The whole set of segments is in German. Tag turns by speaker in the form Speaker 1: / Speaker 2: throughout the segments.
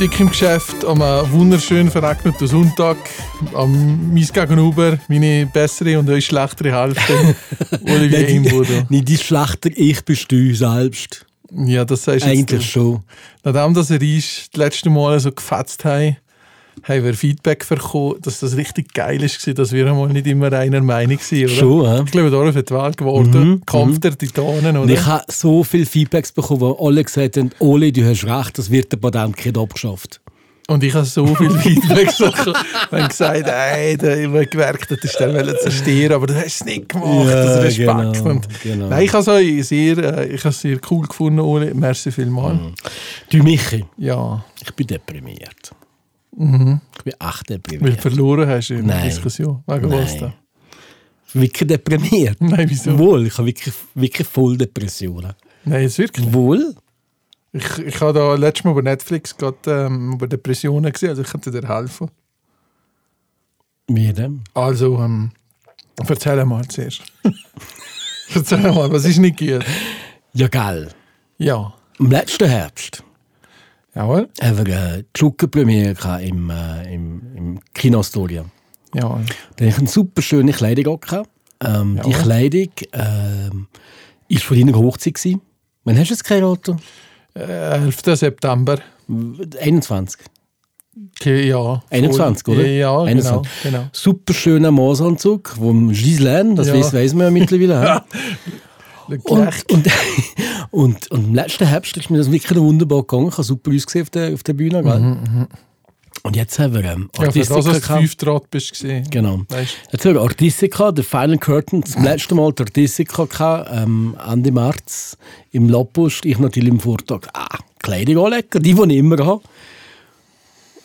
Speaker 1: Dick im Geschäft am äh, wunderschön verregneten Sonntag. Am mein Gegenüber, meine bessere und eure schlechtere Hälfte, Olivier
Speaker 2: Nein,
Speaker 1: Imbudo.
Speaker 2: Nein, dein schlechter Ich bist du selbst.
Speaker 1: Ja, das sagst jetzt
Speaker 2: Eigentlich schon.
Speaker 1: du. Nachdem dass er ist, die letzten Male so gefetzt haben, haben wir Feedback bekommen, dass das richtig geil war, dass wir einmal nicht immer einer Meinung waren. Oder?
Speaker 2: Schon, Mhm. hä?
Speaker 1: Ich glaube, darauf hat die Welt geworden. Kampf der Titanen,
Speaker 2: Und ich
Speaker 1: oder?
Speaker 2: habe so viele Feedbacks bekommen, wo alle gesagt haben, Oli, du hast recht, das wird der Bademkind abgeschafft.
Speaker 1: Und ich habe so viel Feedback bekommen. Und gesagt, ey, da habe ich immer gemerkt, das ist der zerstören, aber du hast es nicht gemacht.
Speaker 2: Ja,
Speaker 1: das Respekt.
Speaker 2: genau,
Speaker 1: und,
Speaker 2: genau.
Speaker 1: Nein, ich habe es auch sehr, äh, ich habe es sehr cool gefunden, Ole. Merci vielmals.
Speaker 2: Mhm. Du Michi,
Speaker 1: Ja,
Speaker 2: ich bin deprimiert. Ich bin echt
Speaker 1: weil du
Speaker 2: deprimiert.
Speaker 1: verloren hast in der
Speaker 2: Nein.
Speaker 1: Diskussion. Wegen was da?
Speaker 2: Nein. Wirklich deprimiert.
Speaker 1: Nein, wieso?
Speaker 2: Wohl, ich habe wirklich, wirklich voll Depressionen.
Speaker 1: Nein, jetzt wirklich.
Speaker 2: Wohl?
Speaker 1: Ich, ich habe da letztes Mal über Netflix gerade ähm, über Depressionen gesehen, also ich könnte dir helfen.
Speaker 2: Mir dem.
Speaker 1: Also, ähm, erzähl mal zuerst. erzähl mal, was ist nicht gut?
Speaker 2: Ja, gell.
Speaker 1: Ja,
Speaker 2: Im letzten Herbst
Speaker 1: jawohl,
Speaker 2: haben wir äh, die Schuggenpremiere gehabt im, äh, im, im Kino Astoria.
Speaker 1: jawohl.
Speaker 2: Da habe ich eine super schöne Kleidung angehabt. Ähm, die
Speaker 1: Ja.
Speaker 2: Kleidung ähm, ist von deiner Hochzeit. Gewesen. Wann hast du jetzt kein Auto?
Speaker 1: 11. September.
Speaker 2: 21.
Speaker 1: Okay, ja.
Speaker 2: 21,
Speaker 1: Voll.
Speaker 2: oder?
Speaker 1: Ja,
Speaker 2: 21.
Speaker 1: genau. genau.
Speaker 2: Super schöner Mosanzug vom Giselaine, das
Speaker 1: Ja.
Speaker 2: weiß, weiß man ja mittlerweile. hä?
Speaker 1: Und,
Speaker 2: Und, und, und, und im letzten Herbst ist mir das wirklich wunderbar gegangen. Ich habe super Leute gesehen auf der, auf der Bühne. gell? Und jetzt haben wir ähm,
Speaker 1: Mhm, ja, für das,
Speaker 2: Artistiker
Speaker 1: dass du
Speaker 2: gehabt.
Speaker 1: 5 Draht bist, gesehen.
Speaker 2: Genau.
Speaker 1: Weißt
Speaker 2: Jetzt haben wir Artistica, der Final Curtain, das letzte Mal die Artistica gehabt, ähm, Ende März im Lapus. Ich natürlich im Vortag, ah, Kleidung anlegen, die, die ich immer habe.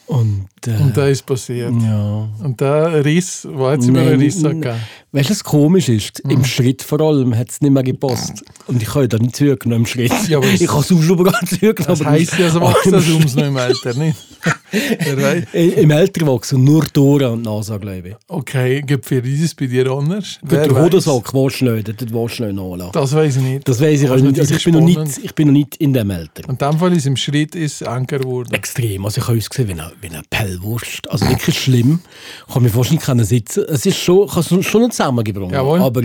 Speaker 2: Und, äh,
Speaker 1: du? Und da ist passiert.
Speaker 2: ja.
Speaker 1: Und der Riss, wo hat es immer einen
Speaker 2: Mhm. Nein,
Speaker 1: Riss
Speaker 2: nein.
Speaker 1: gegeben?
Speaker 2: Weißt du, was komisch ist?
Speaker 1: Mhm.
Speaker 2: Im Schritt vor allem hat es nicht mehr gepasst. Und ich habe da nicht zugenommen im Schritt.
Speaker 1: Ja, aber es-
Speaker 2: ich habe es auch schon überall zugenommen.
Speaker 1: Das
Speaker 2: aber
Speaker 1: heisst ja, so
Speaker 2: aber
Speaker 1: machst
Speaker 2: im
Speaker 1: du das
Speaker 2: Schritt-
Speaker 1: ums noch im Alter, nicht? Wer weiß.
Speaker 2: Im im Älterwachsen, nur die Ohren und die Nase, glaube ich.
Speaker 1: Okay, gibt für dieses bei dir anders?
Speaker 2: Gut, der
Speaker 1: weiß?
Speaker 2: Hodensack willst du nicht, dort willst du nicht nachlassen.
Speaker 1: Das weiß ich nicht.
Speaker 2: Das weiß ich
Speaker 1: Das
Speaker 2: also
Speaker 1: ist
Speaker 2: nicht. Also ich, bin noch
Speaker 1: natürlich
Speaker 2: nicht,
Speaker 1: spannend.
Speaker 2: ich bin noch nicht in dem Alter.
Speaker 1: In dem Fall ist im Schritt ist Anker geworden.
Speaker 2: Extrem. Also ich habe es gesehen wie eine, wie eine Pellwurst. Also wirklich schlimm. Ich kann mich fast nicht können sitzen. Es ist schon, ich habe es schon noch zusammengebracht.
Speaker 1: Jawohl.
Speaker 2: Aber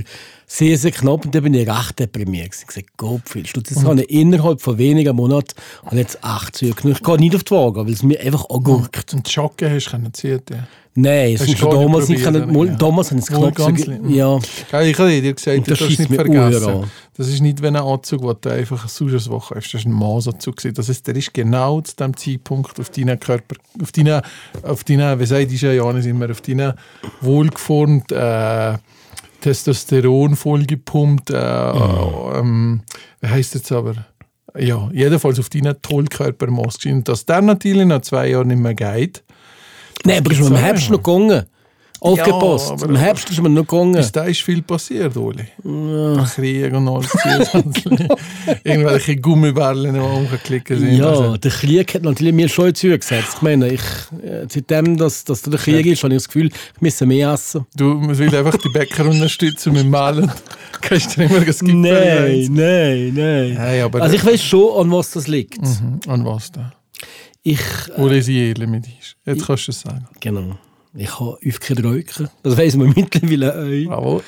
Speaker 2: sehr, sehr knapp. Und da bin ich recht deprimiert. gewesen. Ich habe gesagt, Gottfried, Stutz, jetzt habe ich innerhalb von wenigen Monaten habe ich jetzt acht Züge genommen. Ich gehe nicht auf die Waage, weil es mir einfach angurkt.
Speaker 1: Und die Schocke hast du können ziehen. Ja.
Speaker 2: Nein, es
Speaker 1: Hast
Speaker 2: sind
Speaker 1: du
Speaker 2: schon
Speaker 1: gar nicht
Speaker 2: damals, nicht
Speaker 1: probiert,
Speaker 2: können,
Speaker 1: oder? Ja.
Speaker 2: damals habe ich es
Speaker 1: Wohl
Speaker 2: knapp so
Speaker 1: ganz
Speaker 2: ge-
Speaker 1: li-
Speaker 2: Ja,
Speaker 1: Ja, ich habe dir gesagt, das
Speaker 2: Und das
Speaker 1: darfst du nicht
Speaker 2: schiesst mir
Speaker 1: vergessen.
Speaker 2: Uhr an.
Speaker 1: Das ist nicht wie ein Anzug, den du einfach sonst ein Woche hast. Das ist ein Masanzug. gewesen. Das heißt, der ist genau zu diesem Zeitpunkt auf deinen Körper, auf deinen, auf deinen wie sagt diese Janis immer, auf deinen wohlgeformt, äh, Testosteron vollgepumpt, äh, ähm, wie heisst jetzt aber? Ja, jedenfalls auf deinen Tollkörpermaß geschehen. Dass der natürlich nach zwei Jahren nicht mehr geht,
Speaker 2: nein, aber ist mir im
Speaker 1: Sag
Speaker 2: Herbst
Speaker 1: mal.
Speaker 2: noch gegangen. Aufgepasst.
Speaker 1: aber-
Speaker 2: Im Herbst ist mir noch gegangen.
Speaker 1: Bis da ist viel passiert, Oli. Ja. Krieg und alles zusätzlich. Irgendwelche Gummibärlen, die umgeklickt sind.
Speaker 2: Ja,
Speaker 1: Also,
Speaker 2: der Krieg hat natürlich mir schon zugesetzt. Ich meine, ich, äh, seitdem, dass, dass der Krieg ist, habe ich das Gefühl, ich müsse mehr essen.
Speaker 1: du man will einfach die Bäcker unterstützen mit Malen. Kannst du dir immer das Gipfel
Speaker 2: nein, nein.
Speaker 1: Nein, aber
Speaker 2: Also ich weiß schon, an was das liegt.
Speaker 1: Mhm, an was da?
Speaker 2: Ich, äh,
Speaker 1: Wo das Jähle mit ist. Jetzt kannst du es sagen.
Speaker 2: genau, ich habe häufig Röken. Das weiß man mittlerweile auch.
Speaker 1: Bravo.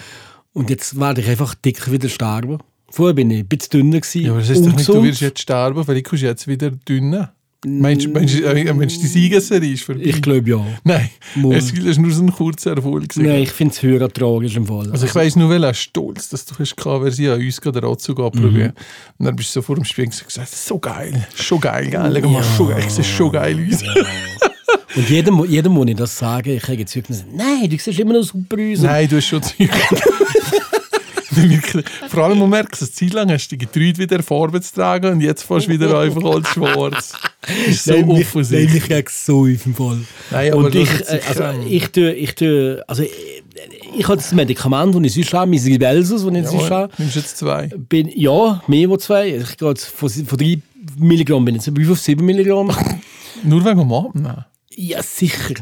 Speaker 2: Und jetzt werde ich einfach dick wieder sterben. Vorher bin ich ein bisschen dünner gewesen.
Speaker 1: Ja, aber das ist doch nicht, du
Speaker 2: ungesund.
Speaker 1: wirst jetzt sterben, vielleicht kannst du jetzt wieder dünner. Meinst du, meinst, du, äh, meinst du, die Siegesserie ist vorbei?
Speaker 2: Ich glaube ja.
Speaker 1: Nein,
Speaker 2: Mo-
Speaker 1: es war nur so ein kurzer Erfolg. gewesen.
Speaker 2: Nein, ich finde es höher tragisch im Fall.
Speaker 1: Also ich weiss nur, welcher Stolz, dass du hast gehabt, weil sie an uns gerade den Anzug abprobieren.
Speaker 2: Mhm.
Speaker 1: Und dann bist du so vor dem Spiegel und gesagt, so geil, schon geil, gell, leg mal, schon geil, ich sehe schon geil aus.
Speaker 2: Und jedem, jedem muss ich das sagen. Ich kriege jetzt wirklich gesagt, nein, du siehst immer noch super aus.
Speaker 1: Nein, du hast schon Zeug. Wirklich. Vor allem, man merkt, eine Zeit lang hast du die Getreide wieder vorwärts tragen und jetzt fährst du wieder einfach alles schwarz. Das ist so
Speaker 2: nein, mich-
Speaker 1: offensichtlich.
Speaker 2: Nein, ich krieg's so auf dem Fall.
Speaker 1: Nein, aber
Speaker 2: und
Speaker 1: das
Speaker 2: ich,
Speaker 1: hat
Speaker 2: äh,
Speaker 1: sich,
Speaker 2: also
Speaker 1: ähm,
Speaker 2: ich tue, ich tue, also äh, ich habe das Medikament, das ich sonst habe, mein Ribelsus, das ich sonst
Speaker 1: Jawohl.
Speaker 2: habe.
Speaker 1: Nimmst du jetzt zwei?
Speaker 2: Bin, ja, mehr als zwei. Ich gehe jetzt von, von drei Milligramm bin ich jetzt auf sieben Milligramm.
Speaker 1: Nur wegen dem Abnehmen?
Speaker 2: ja, sicher.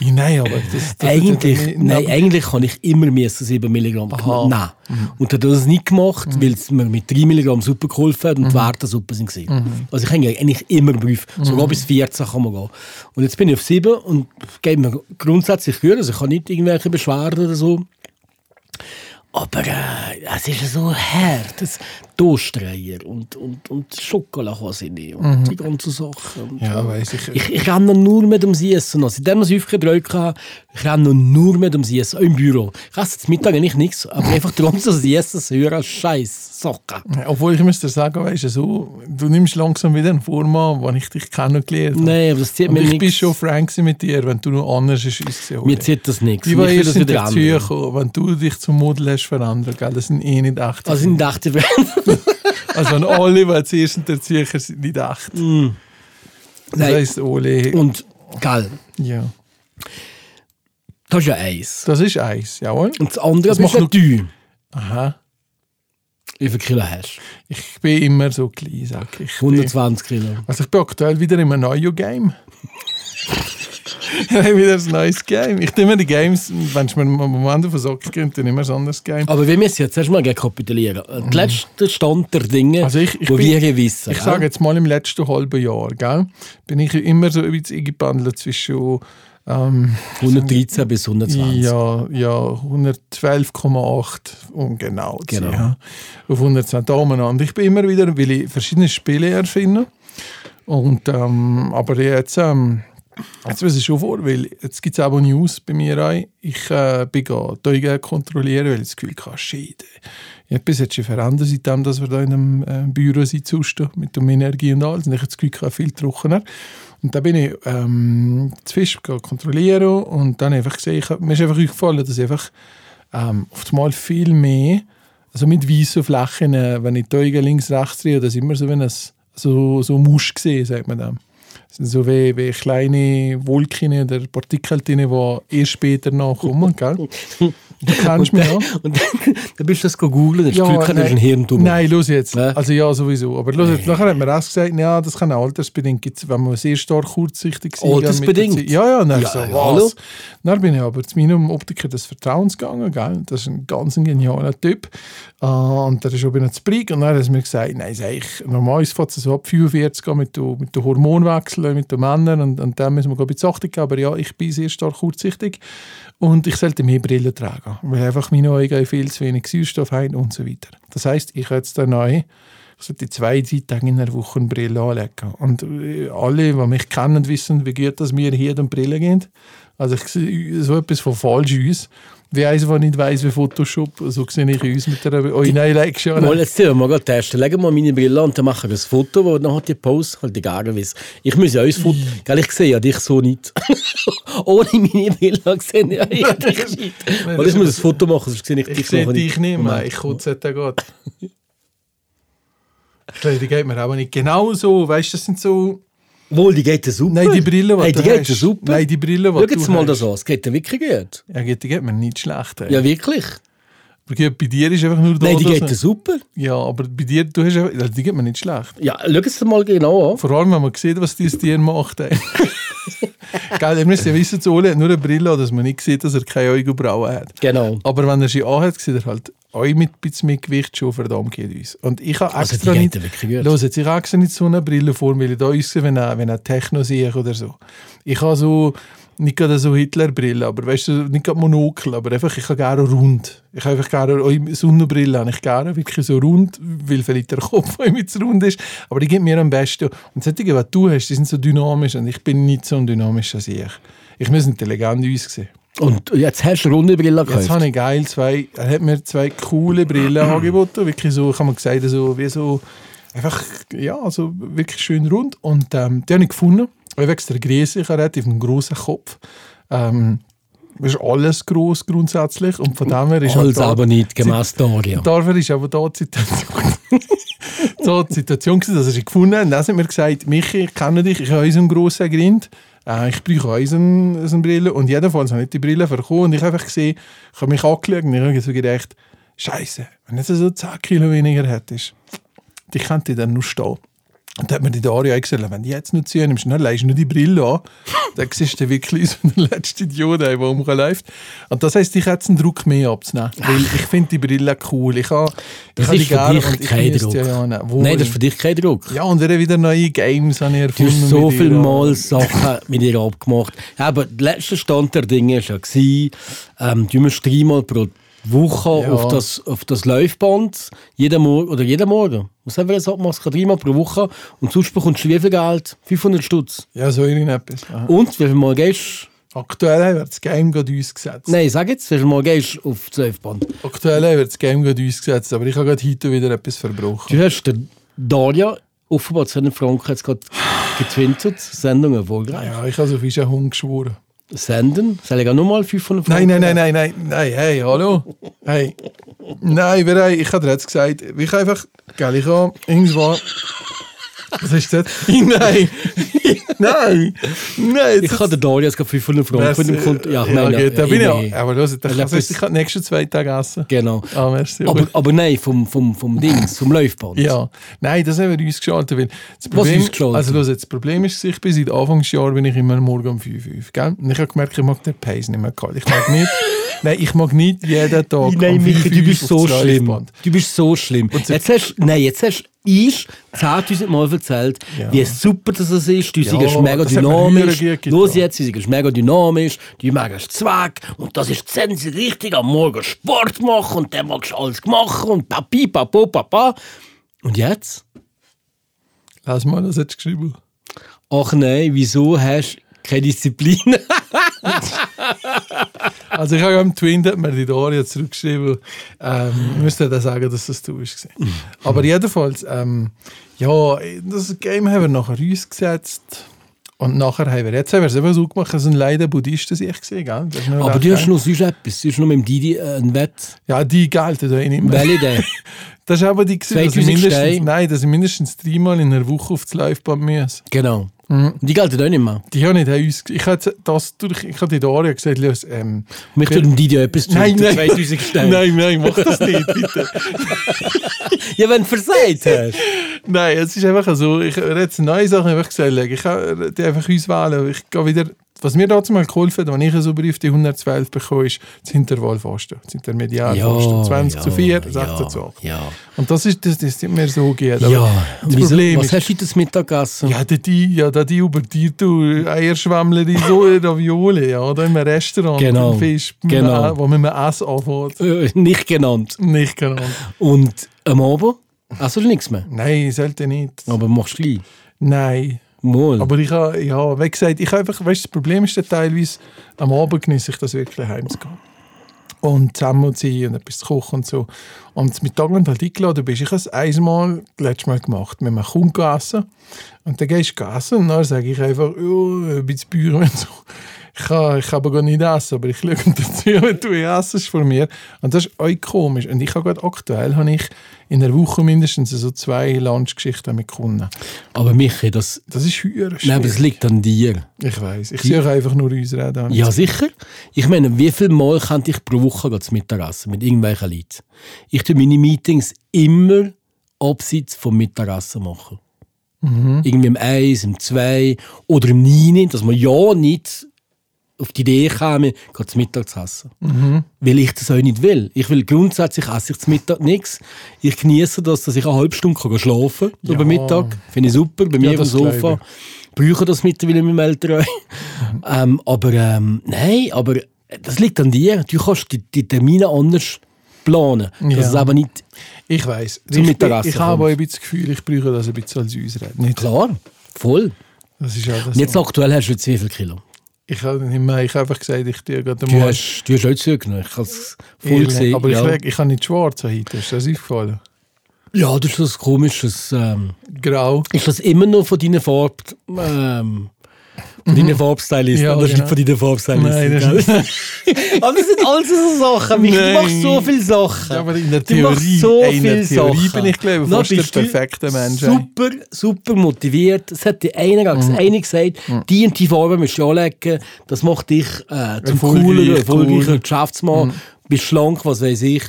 Speaker 1: Ja, Nein, aber das... das
Speaker 2: Eigentlich,
Speaker 1: das-
Speaker 2: nein, eigentlich kann ich immer müssen 7 Milligramm
Speaker 1: Aha. Mhm.
Speaker 2: genommen. Nein. Und hat das es nicht gemacht, weil es mir mit 3 Milligramm super geholfen hat und
Speaker 1: Mhm.
Speaker 2: die Werte super sind. gewesen. Also ich kann ja eigentlich immer prüfen. Sogar bis 14 kann man gehen. Und jetzt bin ich auf 7 und gebe mir grundsätzlich Gehör. Also ich habe nicht irgendwelche Beschwerden oder so. Aber äh, es ist so hart. Das Toastreier und, und, und Schokolade und die ganzen Sachen. Und,
Speaker 1: Mhm. Ja, weiss ich.
Speaker 2: ich, ich renne nur mit dem Essen. Seitdem ich häufig Dreck habe, ich renne nur mit dem Essen. Auch im Büro. Ich esse zum Mittag eigentlich nichts, aber einfach darum, dass ich Essen höre als Scheiß Socken.
Speaker 1: Obwohl ich müsste sagen, weißt du, so, du nimmst langsam wieder einen Form an, den ich dich kennengelernt habe.
Speaker 2: Nein, aber das zieht
Speaker 1: Und
Speaker 2: mir
Speaker 1: ich bin
Speaker 2: nichts.
Speaker 1: schon frank gewesen mit dir, wenn du noch anders ist uns gesehen
Speaker 2: Mir zieht das nichts.
Speaker 1: Die
Speaker 2: Und ich
Speaker 1: waren
Speaker 2: will
Speaker 1: erst
Speaker 2: das
Speaker 1: in die
Speaker 2: wieder
Speaker 1: Züge
Speaker 2: ändern.
Speaker 1: gekommen, wenn du dich zum Model hast verändert, gell? das sind eh nicht echt.
Speaker 2: Also ich dachte,
Speaker 1: Also wenn alle, die zuerst in der Züge sind, nicht echt. Das
Speaker 2: Nein.
Speaker 1: heisst Ole.
Speaker 2: und geil,
Speaker 1: Ja.
Speaker 2: das ist ja eins.
Speaker 1: Das ist eins, jawohl.
Speaker 2: Und das andere
Speaker 1: Das
Speaker 2: das bist
Speaker 1: macht
Speaker 2: ja du.
Speaker 1: Aha.
Speaker 2: Wie viel Kilo hast
Speaker 1: Ich bin immer so klein, sag ich.
Speaker 2: du? 120 Kilo.
Speaker 1: Also ich bin aktuell wieder in einem neuen Game. ich habe wieder ein neues Game. Ich nehme die Games, wenn es mir einen Moment auf den Sack geht, dann immer ein anderes Game.
Speaker 2: Aber wir müssen jetzt erstmal rekapitulieren. Der letzte Stand der Dinge,
Speaker 1: Also ich- ich
Speaker 2: wo
Speaker 1: bin-
Speaker 2: wir wissen.
Speaker 1: Ich sage jetzt mal im letzten halben Jahr, gell, bin ich immer so ein bisschen eingependelt zwischen ähm,
Speaker 2: 113 bis 120.
Speaker 1: ja, ja, 112,8 um genau zu
Speaker 2: Genau.
Speaker 1: sein, ja, auf 110 Daumen an. Ich bin immer wieder, weil ich verschiedene Spiele erfinde. Und, ähm, aber jetzt, ähm, jetzt weiß ich schon vor, weil jetzt gibt es auch News bei mir rein. Ich äh, bin gerade die Augen kontrollieren, weil ich das Gefühl habe, shit, ey, etwas hat sich verändert, seitdem dass wir da in einem äh, Büro sind, zusten, mit der Energie und alles. Und ich habe das Gefühl, ich habe viel trockener. Und da bin ich ähm, zu Fisch gegangen kontrollieren und dann einfach gesehen, ich, hab- mir ist einfach aufgefallen, dass ich einfach ähm, oftmals viel mehr, also mit weißen Flächen, äh, wenn ich die Augen links, rechts drehe, das ist immer so wie ein, so, so Musch gesehen, sagt man dem. Das sind so wie, wie kleine Wolken oder Partikel, drin, die erst später nachkommen, gell? Du kennst mich, ja?
Speaker 2: Und dann, dann bist du das googeln, dann hast du das Glück, gehabt, du hast einen Hirntumor.
Speaker 1: Nein, los jetzt.
Speaker 2: Ne?
Speaker 1: Also ja, sowieso. Aber los jetzt. Nachher hat man erst gesagt, ja, das kann altersbedingt sein, wenn man sehr stark kurzsichtig sein kann mit der
Speaker 2: Altersbedingt?
Speaker 1: Zeit. Ja, ja, dann
Speaker 2: Ja,
Speaker 1: so,
Speaker 2: ja, hallo?
Speaker 1: was? Dann bin ich aber zu meinem Optiker des Vertrauens gegangen, gell? Das ist ein ganz genialer Typ. Äh, Und der ist oben zu Brieg und dann hat er mir gesagt, nein, sag ich, normalerweise fängt es so ab 45 an mit dem mit dem Hormonwechsel, mit den Männern und, und dann müssen wir glaub ich, zu achten geben. Aber ja, ich bin sehr stark kurzsichtig und ich sollte mehr Brille tragen, weil einfach meine Augen viel zu wenig Sauerstoff haben und so weiter. Das heißt, ich habe jetzt da neu ich sollte Also zwei, drei Tage in der Woche eine Brille anlegen. Und äh, alle, die mich kennen, wissen, wie gut dass mir hier um Brille gehen. Also ich sehe so etwas von falsch aus. Wie eins, der nicht weiss, wie Photoshop, so sehe ich uns mit der oh, nein, leg schon.
Speaker 2: Mal, jetzt tun wir mal testen. Legen wir meine Brille an und dann machen wir ein Foto, wo nachher die Pause halt egal ist. Ich muss ja auch ein Foto... Gell, ich sehe ja dich so nicht. Ohne meine Brille sehe ich ja dich nicht.
Speaker 1: Nein,
Speaker 2: Weil
Speaker 1: das
Speaker 2: ich muss ein
Speaker 1: ist-
Speaker 2: Foto machen, sonst sehe ich dich
Speaker 1: Ich sehe
Speaker 2: nachher
Speaker 1: dich nicht mehr,
Speaker 2: Moment.
Speaker 1: ich kotze den Gott. Ich glaube, die geht mir aber nicht genau so. Weißt du, das sind so...
Speaker 2: Wohl, die geht ja super.
Speaker 1: Nein, die Brille, die
Speaker 2: hey, die
Speaker 1: du
Speaker 2: geht
Speaker 1: hast.
Speaker 2: ja super.
Speaker 1: Nein, die Brille, die
Speaker 2: Schau
Speaker 1: du
Speaker 2: jetzt mal
Speaker 1: hast.
Speaker 2: das an. Es geht ja wirklich gut.
Speaker 1: Ja, die geht mir nicht schlecht. ey.
Speaker 2: Ja, wirklich.
Speaker 1: Aber gut, bei dir ist einfach nur da...
Speaker 2: Nein, die
Speaker 1: das-
Speaker 2: geht ja super.
Speaker 1: Ja, aber bei dir, du hast... einfach- Die geht mir nicht schlecht.
Speaker 2: Ja, schau es dir mal genau an.
Speaker 1: Vor allem, wenn man sieht, was dieses Tier macht. ey. Gell, ihr müsst ja wissen, zu Ole hat nur eine Brille, an, dass man nicht sieht, dass er keine Augenbrauen hat.
Speaker 2: Genau.
Speaker 1: Aber wenn er sie anhat, sieht er halt auch mit ein bisschen mehr Gewicht schon verdammt geht uns. Und ich habe
Speaker 2: Also, die
Speaker 1: extra
Speaker 2: geht
Speaker 1: nicht...
Speaker 2: ja wirklich gut.
Speaker 1: Los, jetzt, ich habe extra nicht so eine Brille vor, weil ich da aussehe, wenn er, wenn er Techno sehe oder so. Ich habe so... Nicht gerade so Hitlerbrille, aber weißt du, nicht gerade Monokel, aber einfach, ich habe gerne rund. Ich habe einfach gerne eine Sonnenbrille, habe ich gerne wirklich so rund, weil vielleicht der Kopf auch immer zu rund ist, aber die gibt mir am besten. Und solche, die du hast, die sind so dynamisch und ich bin nicht so ein dynamischer als ich. Ich muss intelligent aussehen.
Speaker 2: Und jetzt hast du eine runde Brille gekauft.
Speaker 1: Jetzt habe ich geil zwei, er hat mir zwei coole Brillen angeboten, wirklich so, kann man sagen, so, wie so, einfach, ja, also wirklich schön rund und ähm, die habe ich gefunden, weil wegen der Größe, ich habe relativ einen grossen Kopf, ähm, ist alles gross grundsätzlich und von dem her ist
Speaker 2: Alles
Speaker 1: auch da-
Speaker 2: aber nicht gemäß Daria.
Speaker 1: Dafür ist aber da die Situation, so die Situation gewesen, dass er sie gefunden hat. Und dann hat mir gesagt, Michi, ich kenne dich, ich habe so einen grossen Grind. äh, ich brauche auch so eine, so eine Brille. Und jedenfalls habe ich die Brille bekommen und ich habe einfach gesehen, ich habe mich angeschaut und ich habe so gedacht, Scheiße, wenn jetzt so 10 Kilo weniger hättest, die könnte dann nur stehen. Und dann hat mir die Daria auch gesagt, wenn du jetzt noch ziehen nimmst, dann leihst du nur die Brille an, dann siehst du wirklich so den letzten Idiot, der rumläuft. Und das heisst, ich hätte einen Druck mehr abzunehmen, weil ich finde die Brille cool. Ich habe, ich
Speaker 2: Das
Speaker 1: habe
Speaker 2: ist
Speaker 1: die
Speaker 2: für
Speaker 1: gerne
Speaker 2: dich
Speaker 1: und ich
Speaker 2: kein
Speaker 1: müsste
Speaker 2: Druck.
Speaker 1: ja annehmen. Wohl.
Speaker 2: Nein, das ist für dich kein Druck.
Speaker 1: Ja, und dann wieder neue Games habe ich
Speaker 2: Du
Speaker 1: erfunden.
Speaker 2: hast so
Speaker 1: mit ihr.
Speaker 2: viel Mal Sachen mit ihr abgemacht. Aber der letzte Stand der Dinge war ja, gewesen, ähm, du musst dreimal pro Woche
Speaker 1: Ja.
Speaker 2: auf, das, auf das Läufband, jeden Morgen, oder jeden Morgen, was haben wir jetzt abgemacht, dreimal pro Woche und sonst bekommst du wie viel Geld? 500 Stutz.
Speaker 1: Ja, so irgendetwas. Aha.
Speaker 2: Und wie viel Mal gehst
Speaker 1: Aktuell wird das Game gerade ausgesetzt.
Speaker 2: Nein, sag jetzt, wie viel Mal gehst du auf das Läufband?
Speaker 1: Aktuell wird das Game gerade ausgesetzt, aber ich habe gerade heute wieder etwas verbrochen.
Speaker 2: Du hast der Daria offenbar 10 Franken jetzt gerade gezwintert, Sendung erfolgreich.
Speaker 1: Ja, ich habe so viel Hund geschworen.
Speaker 2: Senden, soll ich auch nochmal 500 Franken?
Speaker 1: Nein, nein, nein, nein, nein, nein, hey, hallo. Hey. Nein, wer, hey, ich habe dir jetzt gesagt, ich habe einfach, gell, ich habe irgendwann... Was ist das? Nein, nein, nein.
Speaker 2: Ich habe der Daria jetzt gerade 500 Franken von dem Konto.
Speaker 1: eh, Ja,
Speaker 2: Ja, ich meine,
Speaker 1: gut, da
Speaker 2: ja,
Speaker 1: bin ich
Speaker 2: eh,
Speaker 1: auch. Aber los, ich,
Speaker 2: Erlebnis-
Speaker 1: ich kann die nächsten zwei Tage essen.
Speaker 2: Genau.
Speaker 1: Ah, merci.
Speaker 2: Aber, aber nein, vom, vom, vom Dings, vom Läufband.
Speaker 1: Ja, nein, das haben wir uns geschaltet. Weil das
Speaker 2: ausgeschaltet?
Speaker 1: Also, los, jetzt, das Problem ist, ich bin seit Anfangsjahr bin ich immer morgen um 5 Uhr. Gell? Und ich habe gemerkt, ich mag den Pace nicht mehr. Karl. Ich mag nicht, nein, ich mag nicht jeden Tag.
Speaker 2: Nein,
Speaker 1: um
Speaker 2: Michi,
Speaker 1: 5
Speaker 2: du
Speaker 1: Uhr
Speaker 2: bist
Speaker 1: auf
Speaker 2: so
Speaker 1: das
Speaker 2: schlimm.
Speaker 1: Laufband.
Speaker 2: Du bist so schlimm.
Speaker 1: so-
Speaker 2: Jetzt hast, nein, jetzt hast ich 10.000 Mal erzählt,
Speaker 1: Ja.
Speaker 2: wie super das ist. Du
Speaker 1: Ja,
Speaker 2: siehst mega
Speaker 1: das hat mir
Speaker 2: dynamisch.
Speaker 1: verdammt gut
Speaker 2: Los
Speaker 1: getan.
Speaker 2: jetzt, du siehst mega dynamisch. Du magst Zweck. Und das ist Sensi richtig. Am Morgen Sport machen und dann magst du alles machen und papi, papo, papa. Und jetzt?
Speaker 1: Lass mal, das jetzt geschrieben.
Speaker 2: Ach nein, wieso hast du keine Disziplin?
Speaker 1: Also, ich habe am Twin hat mir die Daria zurückgeschrieben. Ähm, ich müsste dann sagen, dass das du warst.
Speaker 2: Mhm.
Speaker 1: Aber jedenfalls, ähm, ja, das Game haben wir nachher ausgesetzt. Und nachher haben wir, jetzt haben wir es eben so gemacht, dass ein leider Buddhist sich gesehen gell? Das ist noch
Speaker 2: Aber
Speaker 1: recht
Speaker 2: du hast
Speaker 1: geil.
Speaker 2: noch sonst etwas. Du hast noch mit dem Didi äh, ein Wett.
Speaker 1: Ja, die gelten da eh nicht mehr.
Speaker 2: Welche denn?
Speaker 1: Das ist aber die gewesen, dass ich
Speaker 2: 2000
Speaker 1: mindestens,
Speaker 2: Steine.
Speaker 1: nein, dass ich mindestens dreimal in einer Woche auf das Laufband muss.
Speaker 2: genau. Und Die gelten auch nicht mehr.
Speaker 1: Die haben nicht an uns, ich habe das durch, ich habe die Daria gesagt, los, ähm,
Speaker 2: Mich tut dem Didi auch etwas zu
Speaker 1: nein, nein,
Speaker 2: 2000 Steine.
Speaker 1: nein, nein, mach das nicht, bitte.
Speaker 2: Ja, wenn du versagt hast.
Speaker 1: nein, es ist einfach so, ich habe jetzt neue Sachen einfach gesagt, ich habe die einfach uns wählen, ich gehe wieder, was mir dazu mal geholfen hat, wenn ich so Brief die 112 bekomme, ist das Intervallfasten, das Intermediärfasten,
Speaker 2: um
Speaker 1: 20 zu 4, 16 zu 8.
Speaker 2: Ja.
Speaker 1: Und das ist, das, das sind mir so geht.
Speaker 2: ja.
Speaker 1: das
Speaker 2: Und wieso,
Speaker 1: Problem
Speaker 2: was
Speaker 1: ist,
Speaker 2: hast du heute zum Mittag gegessen?
Speaker 1: Ja, da die, ja, da die über die du Eierschwämmlerin, so Ravioli, ja, da im Restaurant,
Speaker 2: Genau,
Speaker 1: im Fisch,
Speaker 2: genau.
Speaker 1: wo man mit dem Essen anfängt.
Speaker 2: Äh, nicht genannt.
Speaker 1: Nicht genau.
Speaker 2: Und am Abend? Also nichts mehr.
Speaker 1: Nein, sollte nicht.
Speaker 2: Aber machst du gleich.
Speaker 1: Nein.
Speaker 2: Mal.
Speaker 1: Aber ich habe, ja, wie gesagt, ich habe einfach, weißt du, das Problem ist dann teilweise, am Abend genieße ich das wirklich heimzugehen. Und zusammen zu sein und etwas zu kochen und so. Und mit Tag, wenn du halt eingeladen bist, ich habe es einmal, letztes Mal gemacht, mit einem Kunden gegessen. Und dann gehst du essen und dann sage ich einfach, ja, ein bisschen Bücher und so. Ich kann, ich kann aber gar nicht essen, aber ich schaue dazu, wenn du essest von mir. Und das ist auch komisch. Und ich habe gerade aktuell, habe ich in einer Woche mindestens so zwei Lunchgeschichten mit Kunden.
Speaker 2: aber Michi, das,
Speaker 1: Das ist höher
Speaker 2: nein, aber das liegt an dir.
Speaker 1: ich weiß. Ich sehe euch einfach nur uns reden.
Speaker 2: Ja, sicher. Ich meine, wie viel Mal könnte ich pro Woche gehen zum Mittagessen mit irgendwelchen Leuten? Ich tue meine Meetings immer abseits vom Mittagessen machen.
Speaker 1: Mhm.
Speaker 2: Irgendwie um im 1, im 2 oder im 9, dass man ja nicht auf die Idee käme, gerade zum Mittag zu essen.
Speaker 1: Mhm.
Speaker 2: Weil ich das auch nicht will. Ich will grundsätzlich esse ich zum Mittag nichts. Ich genieße das, dass ich eine halbe Stunde kann schlafen kann über Mittag. Finde ich super, bei mir auf dem
Speaker 1: das
Speaker 2: Sofa.
Speaker 1: glaube
Speaker 2: Brüche das mittlerweile mit meinen Eltern
Speaker 1: Mhm.
Speaker 2: auch. ähm, Aber ähm, nein, aber das liegt an dir. Du kannst die, die Termine anders planen.
Speaker 1: Ja.
Speaker 2: Das ist aber nicht
Speaker 1: Ich weiß.
Speaker 2: Zum
Speaker 1: Ich, bin-
Speaker 2: Mittagessen
Speaker 1: ich habe
Speaker 2: kommst.
Speaker 1: aber ein bisschen das Gefühl, ich brauche das ein bisschen als uns reden. Nicht?
Speaker 2: klar. Voll.
Speaker 1: Das ist auch das.
Speaker 2: Und jetzt aktuell hast du jetzt wie viel Kilo?
Speaker 1: Ich habe nicht mehr. Ich habe einfach gesagt, ich tue gerade
Speaker 2: Du
Speaker 1: mal.
Speaker 2: hast, du hast auch zugenommen. Ich habe es voll
Speaker 1: Ehrlich,
Speaker 2: gesehen.
Speaker 1: aber ich,
Speaker 2: ja.
Speaker 1: sage, ich habe nicht schwarz heute. Ist das aufgefallen?
Speaker 2: ja, das ist das Komische. Ähm,
Speaker 1: Grau.
Speaker 2: Ist das immer noch von deiner Farbe ähm, Von deinen Farbstylisten.
Speaker 1: Mhm. Ja,
Speaker 2: Ja, das ist
Speaker 1: genau.
Speaker 2: nicht von deinen
Speaker 1: Nein,
Speaker 2: Farbstylisten.
Speaker 1: das ist
Speaker 2: gell? Aber das sind alles so Sachen. Michi, Du
Speaker 1: Nein.
Speaker 2: machst so viele Sachen.
Speaker 1: Ja, aber in der
Speaker 2: du machst
Speaker 1: Theorie,
Speaker 2: so
Speaker 1: ey, in
Speaker 2: viele
Speaker 1: der Theorie
Speaker 2: Sachen.
Speaker 1: bin ich, glaube ich,
Speaker 2: Na,
Speaker 1: fast der
Speaker 2: bist du
Speaker 1: perfekte Mensch, ey. Mhm.
Speaker 2: Super, super motiviert. Es hat dir einer ganz einer gesagt, die und die Farbe musst du anlegen. Das macht dich äh, zum
Speaker 1: Erfolgreich,
Speaker 2: cooler,
Speaker 1: cool. Mhm.
Speaker 2: erfolgreicher Geschäftsmann. Bist schlank, was weiß ich.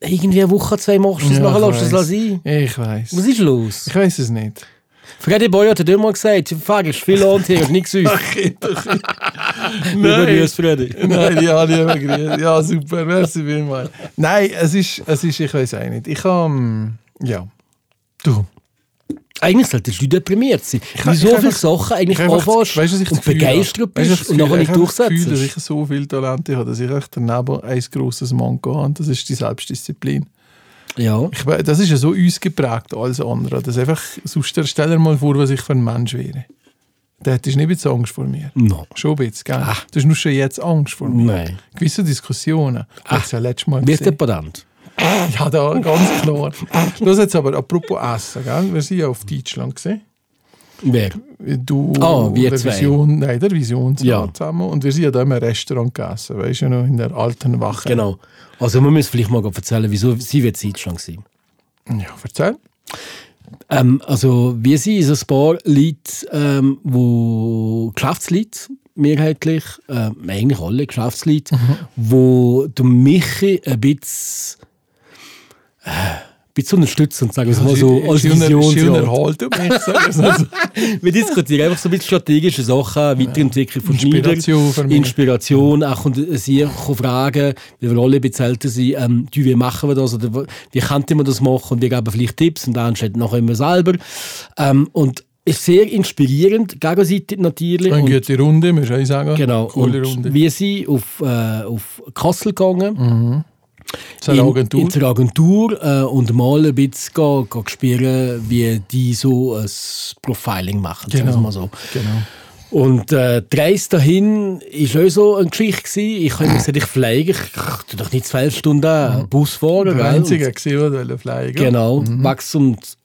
Speaker 2: Irgendwie eine Woche, zwei machst du das, nachher lässt du es sein.
Speaker 1: Ich weiß.
Speaker 2: Was ist los?
Speaker 1: Ich weiß es nicht.
Speaker 2: Freddy Boy hat ja immer gesagt, Frage ist viel an hier, ist nichts süß. Liebe Grüße, Freddy.
Speaker 1: Nein, ja, lieber Grüße. Ja, super, merci vielmals. Nein, es ist, es ist ich weiß auch nicht. Ich habe, ja. Du.
Speaker 2: Eigentlich solltest du deprimiert sein. Wie
Speaker 1: ich
Speaker 2: so
Speaker 1: hab
Speaker 2: viele
Speaker 1: einfach-
Speaker 2: Sachen eigentlich
Speaker 1: hab einfach-
Speaker 2: anfängst
Speaker 1: weißt du, was ich das
Speaker 2: und
Speaker 1: Gefühl habe? Weißt
Speaker 2: begeistert
Speaker 1: du, was ich
Speaker 2: bist
Speaker 1: das
Speaker 2: und
Speaker 1: Gefühl
Speaker 2: nachher
Speaker 1: habe? Ich
Speaker 2: nicht
Speaker 1: habe das Gefühl,
Speaker 2: durchsetzt.
Speaker 1: dass ich so viel Talente habe, dass ich echt daneben ein grosses Manko habe. Und das ist die Selbstdisziplin.
Speaker 2: Ja.
Speaker 1: Ich, we- das ist ja so uns geprägt, alles andere. Das einfach, sonst stell dir mal vor, was ich für ein Mensch wäre. Da hättest du nicht jetzt Angst vor mir.
Speaker 2: No.
Speaker 1: Schon ein bisschen, gell? Du hast nur schon jetzt Angst vor mir.
Speaker 2: Ah. Nein. Ah.
Speaker 1: Gewisse Diskussionen. Ach. Das ja letztes Mal
Speaker 2: Wirst du
Speaker 1: gesehen.
Speaker 2: Patient?
Speaker 1: Ja, da, ganz klar. Los jetzt aber, apropos Essen, gell? Wir sind ja auf Deutschland gesehen.
Speaker 2: Wer?
Speaker 1: Du,
Speaker 2: Ah, wir
Speaker 1: der
Speaker 2: zwei.
Speaker 1: Vision, nein, der Visionsrat
Speaker 2: Ja.
Speaker 1: zusammen. Und wir sind ja da im Restaurant gegessen, weißt du, noch in der alten Wache.
Speaker 2: Genau. Also man muss vielleicht mal erzählen, wieso sie wird Zeitschrank sein.
Speaker 1: Ja, erzähl.
Speaker 2: Ähm, also wir sind so ein paar Leute, ähm, wo Geschäftsleute mehrheitlich, ähm, eigentlich alle Geschäftsleute,
Speaker 1: Mhm.
Speaker 2: wo du Michi ein bisschen, äh, ein bisschen unterstützt und sagen wir es mal so, Also als
Speaker 1: Also, Schöner- schöner
Speaker 2: Visionsrat.
Speaker 1: Halt, um ehrlich zu sagen. Also,
Speaker 2: Wir diskutieren einfach so ein bisschen strategische Sachen, Weiterentwicklung von
Speaker 1: Inspiration für
Speaker 2: Schneider,
Speaker 1: mich.
Speaker 2: Inspiration, auch und sie auch Fragen, wie wir alle ein bisschen älter sind, ähm, du, wie machen wir das oder wo- wie könnte man das machen und wir geben vielleicht Tipps und dann entscheidet nachher immer selber. Ähm, und ist sehr inspirierend, gegenseitig natürlich.
Speaker 1: Eine
Speaker 2: Und-
Speaker 1: gute Runde, muss ich sagen.
Speaker 2: Genau,
Speaker 1: Coole
Speaker 2: und
Speaker 1: Runde.
Speaker 2: wir sind auf, äh, auf Kassel gegangen.
Speaker 1: Zur Agentur.
Speaker 2: In, in zur Agentur äh, und mal ein bisschen go, go spüren, wie die so ein Profiling machen. sagen
Speaker 1: Genau.
Speaker 2: wir Mal so.
Speaker 1: Genau.
Speaker 2: Und äh, die Reise dahin war auch so eine Geschichte. Gewesen. Ich habe gesagt, ich fliege, ich tu doch nicht zwölf Stunden Bus fahren.
Speaker 1: Der
Speaker 2: gell?
Speaker 1: Einzige, der wollte fliegen.
Speaker 2: Genau, Wachstum und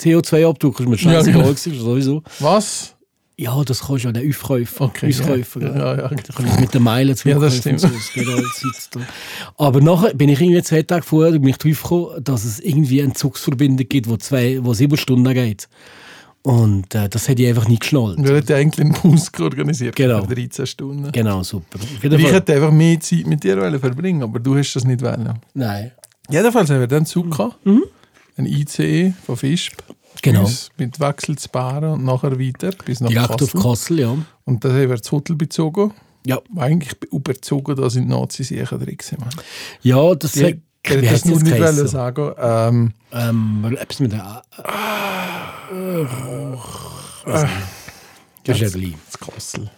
Speaker 2: CO2-Abdruck ist mir scheißegal,
Speaker 1: genau.
Speaker 2: ja, sowieso.
Speaker 1: Was?
Speaker 2: Ja, das kannst du ja den Aufkäufer.
Speaker 1: Okay,
Speaker 2: Auskäufer,
Speaker 1: ja. Ja, ja.
Speaker 2: Da kann ich mit den Meilen zum
Speaker 1: Ja, das
Speaker 2: Aufkäufer
Speaker 1: stimmt.
Speaker 2: und so, das geht alles jetzt da. Aber nachher bin ich irgendwie zwei Tage vorher bin ich drauf gekommen, dass es irgendwie eine Zugsverbindung gibt, wo zwei, wo sieben Stunden geht. Und äh, das hätte ich einfach nicht geschnallt.
Speaker 1: Wir hätten eigentlich einen Bus organisiert
Speaker 2: Genau.
Speaker 1: für 13 Stunden.
Speaker 2: Genau, super. Auf jeden
Speaker 1: Ich
Speaker 2: Fall-
Speaker 1: hätte einfach mehr Zeit mit dir wollen verbringen aber du hast das nicht wollen.
Speaker 2: Nein.
Speaker 1: Jedenfalls haben wir dann Zug gehabt,
Speaker 2: Mhm.
Speaker 1: ein ICE von Fischb.
Speaker 2: Genau.
Speaker 1: Uns Mit Wechsel zu Baren und nachher weiter bis nach
Speaker 2: Direkt auf
Speaker 1: Kassel.
Speaker 2: Kassel, ja.
Speaker 1: und dann haben wir das Hotel bezogen.
Speaker 2: Ja,
Speaker 1: War Eigentlich überzogen, da sind die Nazis sicher drin gewesen. Mann.
Speaker 2: ja das
Speaker 1: Die-
Speaker 2: wie
Speaker 1: Ich hätte das
Speaker 2: heisst
Speaker 1: nur
Speaker 2: das
Speaker 1: nicht wollen
Speaker 2: geheißen?
Speaker 1: sagen. Ähm,
Speaker 2: Ähm, etwas mit der... Äh, äh, äh, äh, äh,
Speaker 1: das Kassel.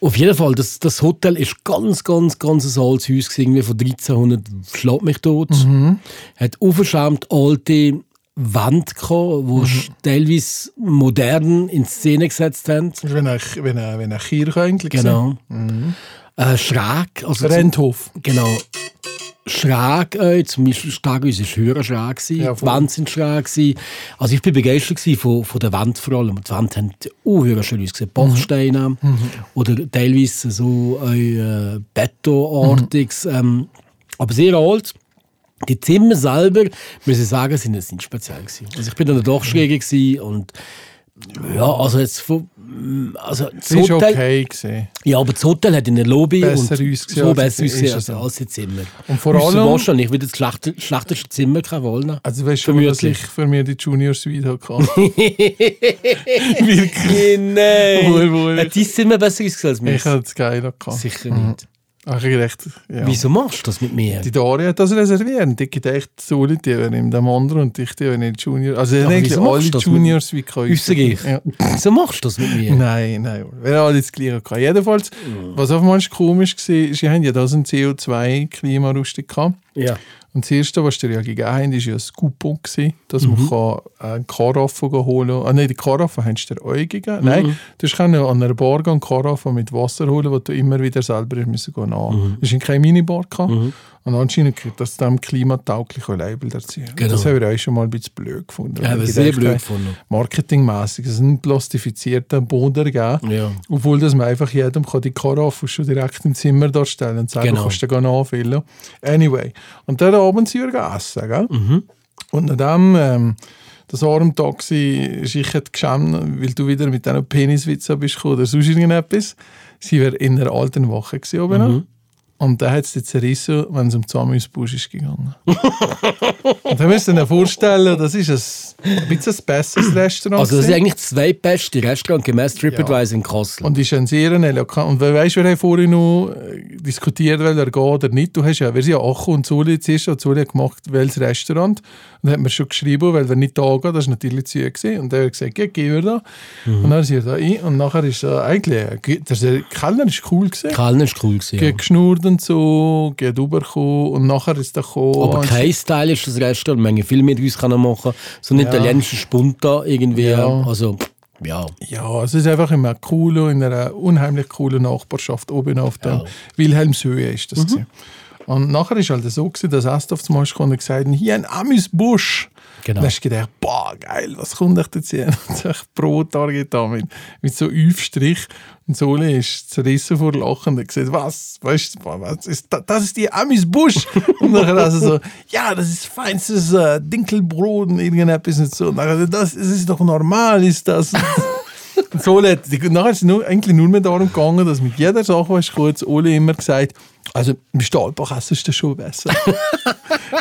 Speaker 2: Auf jeden Fall, das, das Hotel ist ganz, ganz, ganz ein altes Haus, gewesen, irgendwie von 1300, schlägt mich tot.
Speaker 1: Mhm.
Speaker 2: Hat unverschämt alte Wände gehabt, wo
Speaker 1: Mhm.
Speaker 2: es teilweise modern in Szene gesetzt haben.
Speaker 1: Das ist wie eine, wie eine, wie eine Kirche eigentlich.
Speaker 2: Genau.
Speaker 1: Mhm.
Speaker 2: Äh, schräg. Also
Speaker 1: gewesen. Renthof.
Speaker 2: Zum, genau. Schräg, äh, zum Beispiel teilweise ist höher schräg gewesen,
Speaker 1: Ja,
Speaker 2: die
Speaker 1: voll.
Speaker 2: Wände sind schräg gewesen. Also ich bin begeistert gewesen von, von der Wand vor allem. Die Wand haben unhöher schön
Speaker 1: Mhm.
Speaker 2: ausgesehen. Bachsteine oder teilweise so äh, Betonartiges,
Speaker 1: Mhm.
Speaker 2: ähm, aber sehr alt. Die Zimmer selber, muss ich sagen, sind jetzt nicht speziell gewesen. Also ich bin dann
Speaker 1: Mhm.
Speaker 2: doch schräg gewesen und ja, also jetzt von, also das
Speaker 1: Das war
Speaker 2: Hotel,
Speaker 1: okay. Gewesen.
Speaker 2: ja, aber das Hotel hat in der Lobby
Speaker 1: Besser
Speaker 2: und
Speaker 1: ausgesehen
Speaker 2: so
Speaker 1: als-
Speaker 2: besser
Speaker 1: ist
Speaker 2: ausgesehen
Speaker 1: es
Speaker 2: als,
Speaker 1: so.
Speaker 2: als die Zimmer.
Speaker 1: Und vor
Speaker 2: Müsste
Speaker 1: allem-
Speaker 2: wahrscheinlich wieder das schlechte, schlechteste Zimmer kann wollen.
Speaker 1: Also weißt du, dass ich
Speaker 2: Vermutlich.
Speaker 1: für mich die Junior Suite hatte? Wirklich.
Speaker 2: Nein!
Speaker 1: Wohl, wohl.
Speaker 2: Hat dein Zimmer besser ausgesehen als
Speaker 1: Ich
Speaker 2: meins?
Speaker 1: hatte es geil gehabt.
Speaker 2: Sicher nicht.
Speaker 1: Ich habe gedacht, ja.
Speaker 2: Wieso machst du das mit mir?
Speaker 1: Die Daria hat das reserviert. Die gibt echt solide, die nimmt den anderen und ich die nicht Junior. Also ja,
Speaker 2: aber
Speaker 1: eigentlich
Speaker 2: wieso
Speaker 1: alle
Speaker 2: machst du das mit-
Speaker 1: Juniors wie Käufer.
Speaker 2: Äußere ich.
Speaker 1: Ja.
Speaker 2: Wieso machst du das mit mir?
Speaker 1: Nein, nein. Wir haben alle das Gleiche gehabt. Jedenfalls, was auf manchmal komisch war, ist, sie haben ja das ein CO2-Klimarüstung gehabt.
Speaker 2: Ja.
Speaker 1: Und das Erste, was sie dir ja gegeben haben, war ja ein Coupon, gewesen, dass man
Speaker 2: Mhm.
Speaker 1: kann eine Karaffe holen kann. Ah, nein, die Karaffe haben sie dir auch
Speaker 2: Mhm.
Speaker 1: gegeben. Nein, du kannst an einer Bar gehen, Karaffe mit Wasser holen, die du immer wieder selber hast müssen gehen. Mhm. Das war keine Minibar. gehabt. Und anscheinend gehört das zu diesem klimatauglichen Label dazu.
Speaker 2: Genau.
Speaker 1: Das habe ich auch schon mal ein bisschen blöd gefunden.
Speaker 2: Ja,
Speaker 1: Weil
Speaker 2: aber
Speaker 1: ich
Speaker 2: sehr
Speaker 1: gedacht
Speaker 2: blöd
Speaker 1: habe,
Speaker 2: gefunden.
Speaker 1: Marketingmässig, es ist ein plastifizierter Boden gegeben.
Speaker 2: Ja.
Speaker 1: Obwohl dass man einfach jedem kann die Karaffe schon direkt im Zimmer darstellen und sagen,
Speaker 2: Genau.
Speaker 1: du kannst da gehen anfüllen. Anyway. Und dann oben sind wir gegessen. Gell?
Speaker 2: Mhm.
Speaker 1: Und an dem, ähm, das arme Taxi ist ich hätte geschämt, weil du wieder mit diesen Peniswitzen bist gekommen oder sonst irgendetwas. Sie war in der alten Woche gewesen, oben
Speaker 2: Mhm.
Speaker 1: noch. Und da hat es die zerrissen, wenn es um zusammen ins Busch ist gegangen. und da müsst ihr euch vorstellen, das ist ein, ein bisschen ein besseres Restaurant.
Speaker 2: Also,
Speaker 1: gewesen.
Speaker 2: das sind eigentlich zwei beste Restaurants gemäß TripAdvisor in Kassel.
Speaker 1: Und ist ein sehr elegant. Und we- weißt du, wir haben vorhin noch äh, diskutiert, weil er geht oder nicht. Du hast ja, wir sind ja Acho und Zuli jetzt ist, und Zuli hat gemacht, welches Restaurant. Und dann hat mir schon geschrieben, weil wir nicht da gehen, das war natürlich zu gewesen. Und dann hat er gesagt, ja, gehen wir da.
Speaker 2: Mhm.
Speaker 1: Und dann sind wir da rein. Und nachher ist er eigentlich, äh, der der Kellner ist cool gewesen.
Speaker 2: Kallen ist cool gewesen.
Speaker 1: Ja.
Speaker 2: Ja.
Speaker 1: geschnurrt und so, geht rübergekommen und nachher ist er gekommen.
Speaker 2: Aber
Speaker 1: und
Speaker 2: kein Style ist das Restaurant. Man kann viel mit uns können machen. So ein italienischer Spunta irgendwie.
Speaker 1: Ja.
Speaker 2: Also, ja.
Speaker 1: Ja, es ist einfach immer cool, in einer unheimlich coolen Nachbarschaft oben auf der Wilhelmshöhe ist das. gewesen. Und nachher ist halt so, gewesen, dass erst auf dem Marsch und gesagt haben, hier ein Amüsbusch.
Speaker 2: Genau.
Speaker 1: Dann hast du gedacht, boah, geil, was kommt euch jetzt hier? Und so Brot angetan mit, mit so Aufstrich. Und Soli ist zerrissen vor Lachen und hat gesagt, was, weißt du, boah, was ist das? das ist die Amüsbusch. und nachher also so, ja, das ist feinstes äh, Dinkelbrot und irgendetwas und so. Und nachher, das, das ist doch normal, ist das. Und so Leute, die- nachher ist es nur, eigentlich nur mehr darum gegangen, dass mit jeder Sache, was kurz Ole immer gesagt also im Stahlbach essen ist das schon besser.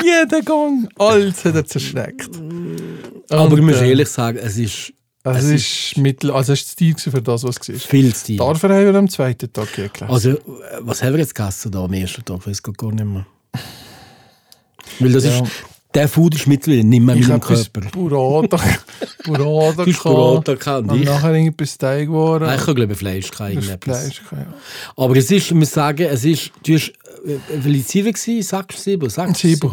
Speaker 1: Jeder Gang, alles hat er zerschreckt.
Speaker 2: Aber
Speaker 1: Und,
Speaker 2: ich muss
Speaker 1: äh,
Speaker 2: ehrlich sagen, es ist
Speaker 1: Es ist, mittel, also es ist Stil gewesen für das, was es war.
Speaker 2: viel Stil.
Speaker 1: Dafür haben wir am zweiten Tag gegessen.
Speaker 2: Also, äh, was haben wir jetzt gegessen da am ersten Tag? Ich weiß grad gar nicht mehr. Weil das
Speaker 1: Ja.
Speaker 2: ist, der Food ist mittlerweile nicht mehr in
Speaker 1: ich
Speaker 2: meinem
Speaker 1: habe bis
Speaker 2: Körper.
Speaker 1: Burrata, Burrata
Speaker 2: Du
Speaker 1: gehabt.
Speaker 2: hast Burrata gehabt und
Speaker 1: und
Speaker 2: ich-
Speaker 1: nachher irgendwas Teig geworden.
Speaker 2: Nein, Ich kann glaube ich Fleisch kein
Speaker 1: Das
Speaker 2: irgendetwas.
Speaker 1: Fleisch gehabt, ja.
Speaker 2: Aber es ist, ich muss sagen, es ist, du hast, äh, wie viel gewesen? Sechs, sieben, sechs?
Speaker 1: Sieben.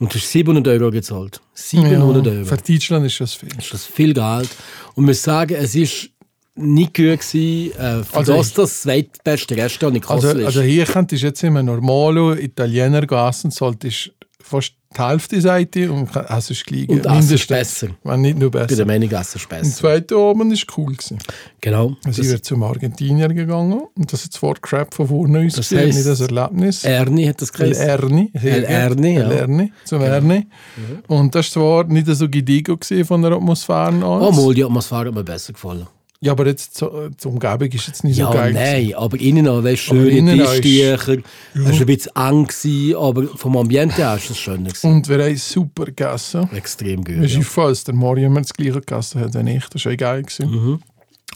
Speaker 2: Und du hast 700 Euro gezahlt. 700
Speaker 1: ja,
Speaker 2: Euro.
Speaker 1: Für Deutschland ist das viel.
Speaker 2: ist das viel Geld. Und ich muss sagen, es ist nicht gut gewesen, äh, für
Speaker 1: Also
Speaker 2: das
Speaker 1: ich-
Speaker 2: das zweitbeste Restaurant in
Speaker 1: Also,
Speaker 2: Kassel ist.
Speaker 1: also hier könntest du jetzt immer normalen Italiener gehen essen, solltest fast die Hälfte Seite und kann- es ist gleich.
Speaker 2: Und Essen ist besser.
Speaker 1: Wenn nicht nur
Speaker 2: bei der
Speaker 1: besser.
Speaker 2: Meinung essen ist
Speaker 1: Der
Speaker 2: besser.
Speaker 1: zweite Abend war cool. Gewesen.
Speaker 2: Genau.
Speaker 1: Also ich
Speaker 2: Das,
Speaker 1: wäre zum Argentinier gegangen und das hat das Wort Crap von vorne uns das
Speaker 2: Das
Speaker 1: gewesen,
Speaker 2: heisst-
Speaker 1: nicht das Erlebnis.
Speaker 2: Ernie hat das
Speaker 1: El
Speaker 2: geheißen.
Speaker 1: Erni.
Speaker 2: El Erni, ja. Genau. Mhm.
Speaker 1: El Erni, zum Erni. Und das war zwar nicht so gediegen gewesen von der Atmosphäre an.
Speaker 2: Oh, mal, die Atmosphäre hat mir besser gefallen.
Speaker 1: Ja, aber jetzt, so- die Umgebung ist jetzt nicht
Speaker 2: Ja,
Speaker 1: so geil. gewesen.
Speaker 2: nein, aber innen noch, weißt du,
Speaker 1: Aber
Speaker 2: schöne
Speaker 1: innen noch ist-
Speaker 2: Tischtücher, es war ein bisschen eng, gewesen, aber vom Ambiente her ist es schöner gewesen.
Speaker 1: Und wir haben super gegessen.
Speaker 2: Extrem gut.
Speaker 1: Mir ist
Speaker 2: Ja.
Speaker 1: aufgefallen, dass der Mario immer das gleiche gegessen hat, wenn ich. Das war egal. Gewesen.
Speaker 2: Mhm.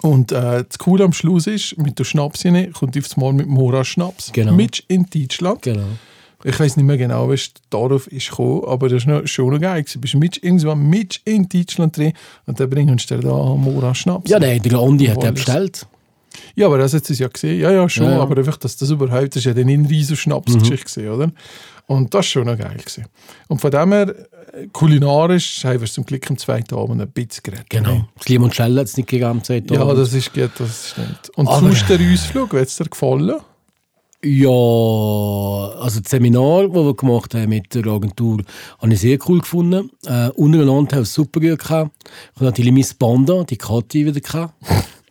Speaker 1: Und äh, das Coole am Schluss ist, mit dem Schnaps hinein kommt auf das Mal mit Mora Schnaps.
Speaker 2: Genau.
Speaker 1: Mit in Deutschland.
Speaker 2: Genau.
Speaker 1: Ich weiß nicht mehr genau, was darauf ist gekommen, aber das war noch- schon noch geil. gewesen. Du bist mit irgendwann mit in Deutschland drin und dann bringen uns da Mora Schnaps.
Speaker 2: Ja, ne. nein, der Andi hat
Speaker 1: Obwohl
Speaker 2: den
Speaker 1: das-
Speaker 2: bestellt.
Speaker 1: Ja, aber das hat sie es ja gesehen. Ja, ja, schon.
Speaker 2: Ja, Mhm. ja.
Speaker 1: Aber einfach, dass das überhaupt, das war ja dann in riesen Schnapsgeschichte, gesehen, oder? Und das war schon noch geil. Gewesen. Und von dem her, äh, kulinarisch, haben wir es zum Glück am zweiten Abend ein bisschen geredet. ne?
Speaker 2: Genau. Das Limoncello hat es nicht gegeben am zweiten
Speaker 1: Ja,
Speaker 2: Abend.
Speaker 1: das ist gut, das stimmt. Und
Speaker 2: Aber-
Speaker 1: sonst der Ausflug, wird es dir gefallen?
Speaker 2: Ja, also das Seminar, das wir gemacht haben mit der Agentur, habe ich sehr cool gefunden. Äh, untereinander haben wir super gut gehabt. Ich habe natürlich meine Banda, die Kathi, wieder gehabt.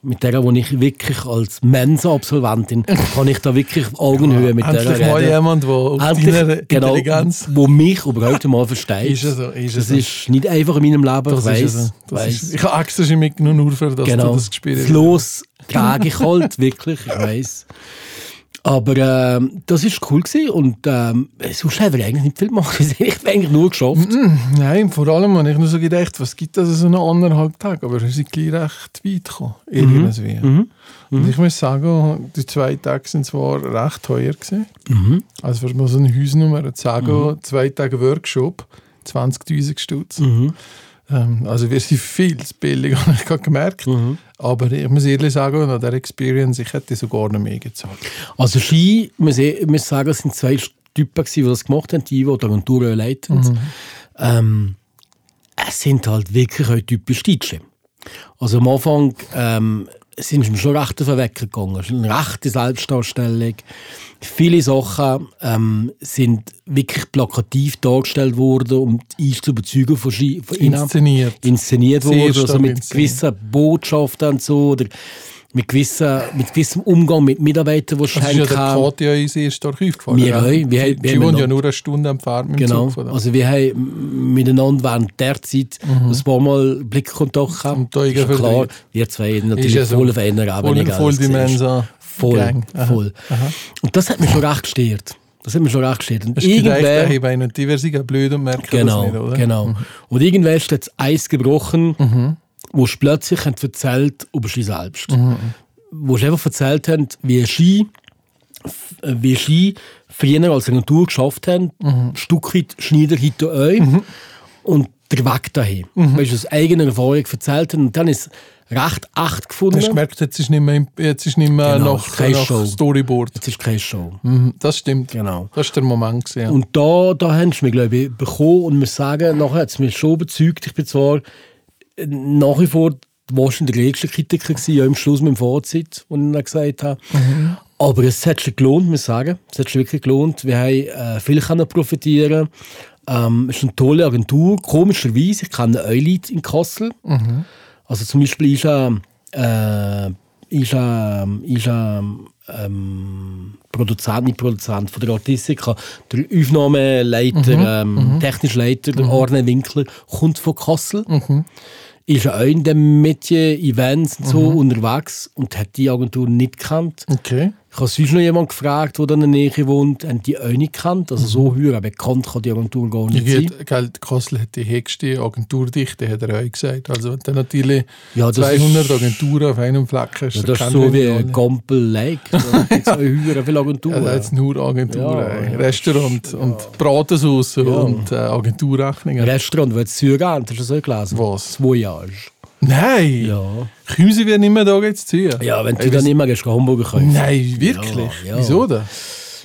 Speaker 2: Mit der, wo ich wirklich als Mensa-Absolventin, kann ich da wirklich auf Augenhöhe mit der
Speaker 1: Endlich mal
Speaker 2: reden.
Speaker 1: jemand, der auf deiner
Speaker 2: Endlich, genau,
Speaker 1: Intelligenz...
Speaker 2: wo mich überhaupt mal versteht.
Speaker 1: Ist es so, ist es
Speaker 2: das
Speaker 1: so.
Speaker 2: ist nicht einfach in meinem Leben, ich weiss.
Speaker 1: es. Das
Speaker 2: weiss.
Speaker 1: ist, ich habe extra schon mitgenommen, nur für das,
Speaker 2: Genau.
Speaker 1: du das gespielt
Speaker 2: Das
Speaker 1: hast.
Speaker 2: Los trage ich halt, wirklich, ich weiß. Aber ähm, das war cool gewesen und ähm, sonst haben wir eigentlich nicht viel gemacht. Wir haben eigentlich nur geschafft.
Speaker 1: Nein, vor allem habe ich nur so gedacht, was gibt das in so einem anderthalb Tag? Aber wir sind gleich recht weit gekommen,
Speaker 2: Mhm.
Speaker 1: irgendwie. Und ich muss sagen, die zwei Tage sind zwar recht teuer gewesen.
Speaker 2: Mhm.
Speaker 1: Also für mal so eine Hausnummer, zu sagen, zwei Tage Workshop, 20'000 Stutz.
Speaker 2: Mhm.
Speaker 1: Ähm, also wir sind viel zu billig, habe ich gerade gemerkt.
Speaker 2: Mhm.
Speaker 1: Aber ich muss ehrlich sagen, an der Experience, ich hätte sogar noch mehr gezahlt.
Speaker 2: Also Ski, muss ich ich muss sagen, es sind zwei Typen, gewesen, die das gemacht haben, die, die die Agentur auch leiten. Ähm, es sind halt wirklich auch typisch Deutsche. Also am Anfang ähm, sind mir schon recht auf den Wecker gegangen. Es ist eine rechte Selbstdarstellung. Viele Sachen ähm, sind wirklich plakativ dargestellt worden, um uns zu überzeugen von, Schi- von ihnen.
Speaker 1: Inszeniert.
Speaker 2: Inszeniert
Speaker 1: Sehr
Speaker 2: worden, also
Speaker 1: stark
Speaker 2: mit
Speaker 1: inszeniert.
Speaker 2: gewissen Botschaften und so, oder mit, gewissen, mit gewissem Umgang mit Mitarbeitern, die
Speaker 1: Das ist ja der
Speaker 2: haben.
Speaker 1: Kati ja uns erst durch aufgefallen.
Speaker 2: Wir auch. Wir
Speaker 1: Wir,
Speaker 2: haben- wir
Speaker 1: wir
Speaker 2: haben
Speaker 1: wohnen
Speaker 2: noch-
Speaker 1: ja nur eine Stunde am Fahren mit dem
Speaker 2: Genau.
Speaker 1: Zug von da.
Speaker 2: Also wir haben miteinander während der Zeit
Speaker 1: Mhm.
Speaker 2: ein paar Mal Blickkontakt gehabt.
Speaker 1: Und da
Speaker 2: ist ja
Speaker 1: irgendwie-
Speaker 2: klar, wir zwei haben natürlich
Speaker 1: ja so.
Speaker 2: voll auf einer
Speaker 1: voll,
Speaker 2: Ebene. gell,
Speaker 1: voll
Speaker 2: das
Speaker 1: die
Speaker 2: siehst du.
Speaker 1: Mensa.
Speaker 2: Voll,
Speaker 1: Gang. Aha.
Speaker 2: voll. Und das hat mich schon recht gestört. Das hat mich schon recht gestört. Und
Speaker 1: Hast du gedacht,
Speaker 2: irgendwer...
Speaker 1: hey, bei und diverse sind blöd und merken
Speaker 2: Genau,
Speaker 1: das nicht, oder? Mhm.
Speaker 2: genau. Und irgendwann ist jetzt Eis gebrochen, wo sie plötzlich haben erzählt über sie selbst.
Speaker 1: Mhm,
Speaker 2: Wo sie einfach erzählt haben, wie Ski, äh, wie Ski früher als Agentur geschafft haben, mhm. Stück weit Schneider hinter euch
Speaker 1: Mhm.
Speaker 2: und der Weg dahin. Weil sie aus eigener Erfahrung erzählt haben. Und dann ist recht acht gefunden.
Speaker 1: Hast du gemerkt, jetzt ist nicht mehr, im- jetzt ist nicht mehr
Speaker 2: Genau,
Speaker 1: nach,
Speaker 2: keine Show.
Speaker 1: nach Storyboard.
Speaker 2: Jetzt ist keine Show.
Speaker 1: Mhm, Das stimmt.
Speaker 2: Genau.
Speaker 1: Das war der Moment. Gewesen, ja.
Speaker 2: Und da, da haben sie mich, glaube ich, bekommen und muss sagen, nachher hat es mich schon überzeugt. Ich bin zwar nach wie vor wahrscheinlich der größte Kritiker gewesen, ja, im Schluss mit dem Fazit, das ich dann gesagt habe. Aber es hat sich gelohnt, muss ich sagen. Es hat sich wirklich gelohnt. Wir haben äh, viel können profitieren ähm, Es ist eine tolle Agentur. Komischerweise, ich kenne auch Leute in Kassel. Also zum Beispiel ist ein, äh, ist ein, ist ein ähm, Produzent, nicht Produzent von der Artistika, der Aufnahmeleiter,
Speaker 1: Mhm,
Speaker 2: ähm, technischer Leiter, der Arne Winkler, kommt von Kassel.
Speaker 1: Mhm.
Speaker 2: Ist auch in dem Medien, Events und
Speaker 1: Mhm.
Speaker 2: so unterwegs und hat die Agentur nicht gekannt.
Speaker 1: Okay.
Speaker 2: Ich habe sonst noch jemanden gefragt, der in der Nähe wohnt, haben die auch nicht gekannt. Also so höher bekannt kann die Agentur gar
Speaker 1: Mhm. Die
Speaker 2: nicht sein.
Speaker 1: geht- gell, die Kassel hat die höchste Agenturdichte, hat er euch gesagt. Also wenn du natürlich
Speaker 2: Ja, das
Speaker 1: 200
Speaker 2: ist-
Speaker 1: Agenturen auf einem Fleck hast,
Speaker 2: Ja,
Speaker 1: dann
Speaker 2: das ist
Speaker 1: kennt
Speaker 2: so
Speaker 1: man die
Speaker 2: wie
Speaker 1: alle.
Speaker 2: Gampel Lake. Da gibt es auch höher viele
Speaker 1: Ja,
Speaker 2: Agenturen.
Speaker 1: da hat's nur Agenturen.
Speaker 2: Ja,
Speaker 1: ey. Restaurant und Bratensauce und äh, Agenturrechnungen.
Speaker 2: Restaurant, wo jetzt Zürich haben, hast du das auch gelesen?
Speaker 1: Was?
Speaker 2: Zwei Jahre.
Speaker 1: Nein!
Speaker 2: Ja.
Speaker 1: Kommen sie wieder nicht mehr da jetzt zu ziehen?
Speaker 2: Ja, wenn du
Speaker 1: Ey,
Speaker 2: dann
Speaker 1: wieso-
Speaker 2: immer gehst, geh Hamburger kaufen.
Speaker 1: Nein, wirklich?
Speaker 2: Ja, ja.
Speaker 1: Wieso das?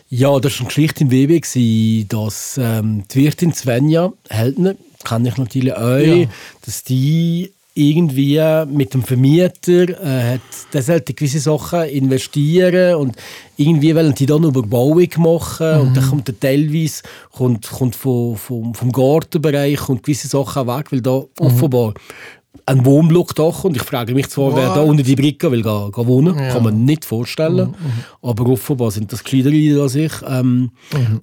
Speaker 2: Ja, das war eine Geschichte im WB, gewesen, dass ähm, die Wirtin Svenja Heldner, kann ich natürlich auch,
Speaker 1: Ja.
Speaker 2: dass die irgendwie mit dem Vermieter äh, hat, der sollte gewisse Sachen investieren und irgendwie wollen die dann Überbauung machen und dann kommt der teilweise kommt, kommt vom, vom, vom Gartenbereich und gewisse Sachen weg, weil da offenbar ein Wohnblock da kommt. Ich frage mich zwar, wer da
Speaker 1: What?
Speaker 2: unter die Brücke will gehen, gehen wohnen, kann man nicht vorstellen,
Speaker 1: Mhm,
Speaker 2: aber offenbar sind das gescheiter Leute als ich. Ähm,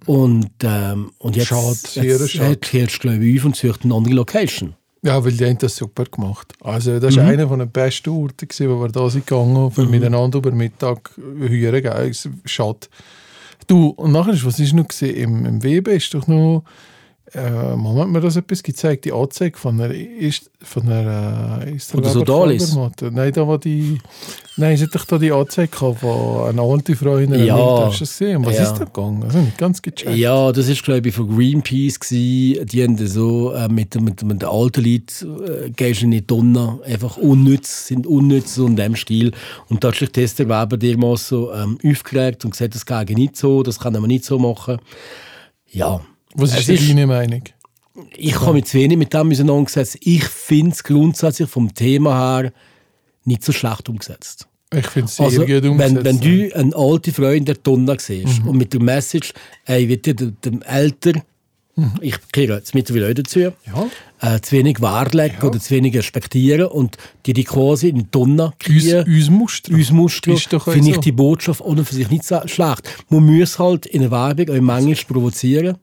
Speaker 2: und, ähm, und jetzt,
Speaker 1: Mhm. Schade,
Speaker 2: jetzt,
Speaker 1: sehr schade.
Speaker 2: jetzt hörst du glaube ich auf und sucht eine andere Location.
Speaker 1: Ja, weil die haben das super gemacht. Also das war
Speaker 2: Mhm.
Speaker 1: einer von den besten Orten, gewesen, wo wir da sind gegangen, für miteinander über Mittag äh, hören, gell, ist schade. Du, und nachher, ist- was ist noch gewesen? im, im WB, ist doch noch, äh, Mama hat mir das etwas gezeigt, die Anzeige von einer, ist, von einer, äh, ist
Speaker 2: Von der Sodalis?
Speaker 1: Nein, da war die, nein, sie hat doch da die Anzeige gehabt, wo eine alte Frau in einer
Speaker 2: Ja.
Speaker 1: Wildnis- hast du das gesehen? Was
Speaker 2: Ja.
Speaker 1: ist da gegangen? Das habe ich nicht ganz gecheckt.
Speaker 2: Ja, das ist glaube ich von Greenpeace gewesen. Die haben so äh, mit, mit, mit den alten Leuten äh, gehst in die Tonne, einfach unnütz, sind unnütz so in dem Stil. Und da hat sich Tester Weber dermaßen so ähm, aufgeregt und gesagt, das geht nicht so, das kann man nicht so machen. Ja.
Speaker 1: Was
Speaker 2: Es
Speaker 1: ist, ist deine Meinung?
Speaker 2: Ich habe mich zu wenig mit dem auseinandergesetzt. Ich finde es grundsätzlich vom Thema her nicht so schlecht umgesetzt.
Speaker 1: Ich finde es sehr
Speaker 2: Also,
Speaker 1: gut
Speaker 2: wenn,
Speaker 1: umgesetzt. Mhm.
Speaker 2: wenn du eine alte Frau in der Tonne siehst und mit der Message, ey, wird dir dem, dem älter, ich gehöre jetzt mittlerweile auch dazu,
Speaker 1: Mhm. ja.
Speaker 2: äh, zu wenig wahrlegen oder zu wenig respektieren und die die quasi in die Tonne kriegen,
Speaker 1: uns, uns Muster.
Speaker 2: uns Muster,
Speaker 1: Ist doch auch
Speaker 2: finde ich
Speaker 1: so.
Speaker 2: die Botschaft ohne für sich nicht so schlecht. Man muss halt in der Werbung auch manchmal provozieren.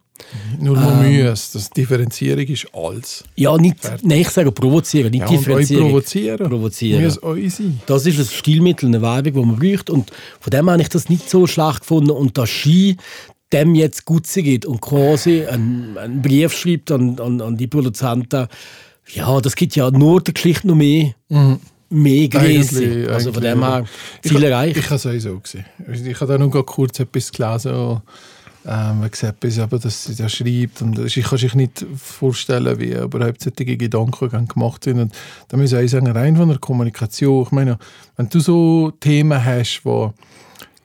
Speaker 1: Nur man
Speaker 2: Ähm.
Speaker 1: muss. Das Differenzierung ist alles.
Speaker 2: Ja, nicht, nein, ich sage provozieren, nicht
Speaker 1: Ja, und euch
Speaker 2: differenzieren.
Speaker 1: provozieren.
Speaker 2: Provozieren.
Speaker 1: Muss euch sein.
Speaker 2: Das ist ein Stilmittel, eine Werbung, die man braucht. Und von dem her habe ich das nicht so schlecht gefunden. Und dass Ski dem jetzt gut geht und quasi einen, einen Brief schreibt an, an, an die Produzenten, ja, das gibt ja nur der Geschichte noch mehr, mehr Gräse.
Speaker 1: Mhm. Eigentlich-
Speaker 2: Also von
Speaker 1: eigentlich,
Speaker 2: dem her,
Speaker 1: ja.
Speaker 2: Ziel
Speaker 1: Ich,
Speaker 2: erreicht.
Speaker 1: ich habe es auch so gesehen. Ich habe da nur gerade kurz etwas gelesen, wo, ähm, wo gesagt, etwas, aber dass sie da schreibt. Und ich kann sich nicht vorstellen, wie überhaupt solche Gedanken gemacht sind. Und da muss ich auch sagen, rein von der Kommunikation. Ich meine, wenn du so Themen hast, die so